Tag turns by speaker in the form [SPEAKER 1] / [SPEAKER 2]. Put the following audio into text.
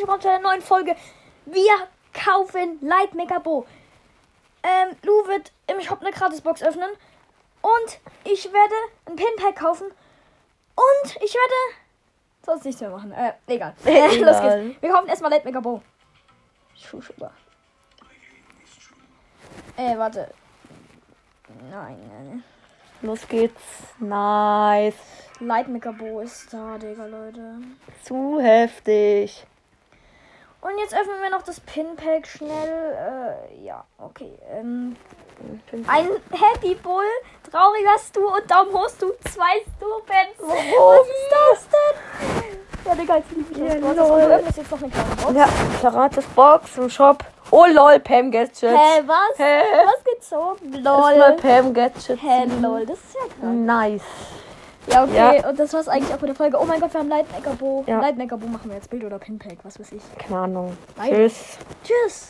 [SPEAKER 1] willkommen zu einer neuen Folge. Wir kaufen Lightmaker Bo. Ähm, Lou wird im Shop eine Gratisbox öffnen. Und ich werde ein Pinpack kaufen. Und ich werde sonst nichts mehr machen. Äh, egal. Los
[SPEAKER 2] Egal.
[SPEAKER 1] geht's. Wir kaufen erstmal Lightmaker Bo. Schuhschuber. Äh, warte. Nein, nein, nein.
[SPEAKER 2] Los geht's. Nice.
[SPEAKER 1] Lightmaker Bo ist da, Digga, Leute.
[SPEAKER 2] Zu heftig.
[SPEAKER 1] Und jetzt öffnen wir noch das Pinpack schnell. Äh, ja, okay. Ähm, ein Happy Bull, trauriger Stu und Daumen hoch Stu, zwei Stu-Fans. Was ist das denn? Ja, Digga, jetzt liebe ich
[SPEAKER 2] Ja,
[SPEAKER 1] das Wort.
[SPEAKER 2] lol.
[SPEAKER 1] Du öffnest jetzt noch eine kleine Box.
[SPEAKER 2] Ja, Karates Box im Shop. Oh lol, Pam Gadget.
[SPEAKER 1] Hä, was?
[SPEAKER 2] Hä?
[SPEAKER 1] Was gezogen?
[SPEAKER 2] Erstmal
[SPEAKER 1] Oh, Lol.
[SPEAKER 2] Pam Gadget.
[SPEAKER 1] Hä, lol, das ist ja krank.
[SPEAKER 2] Nice.
[SPEAKER 1] Ja, okay,
[SPEAKER 2] Mhm. Ja.
[SPEAKER 1] und das war's eigentlich auch mit der Folge. Oh mein Gott, wir haben Lightmaker Bo.
[SPEAKER 2] Ja.
[SPEAKER 1] Lightmaker Bo machen wir jetzt Bild oder Pinpack, was weiß ich.
[SPEAKER 2] Keine Ahnung.
[SPEAKER 1] Nice.
[SPEAKER 2] Tschüss.
[SPEAKER 1] Tschüss.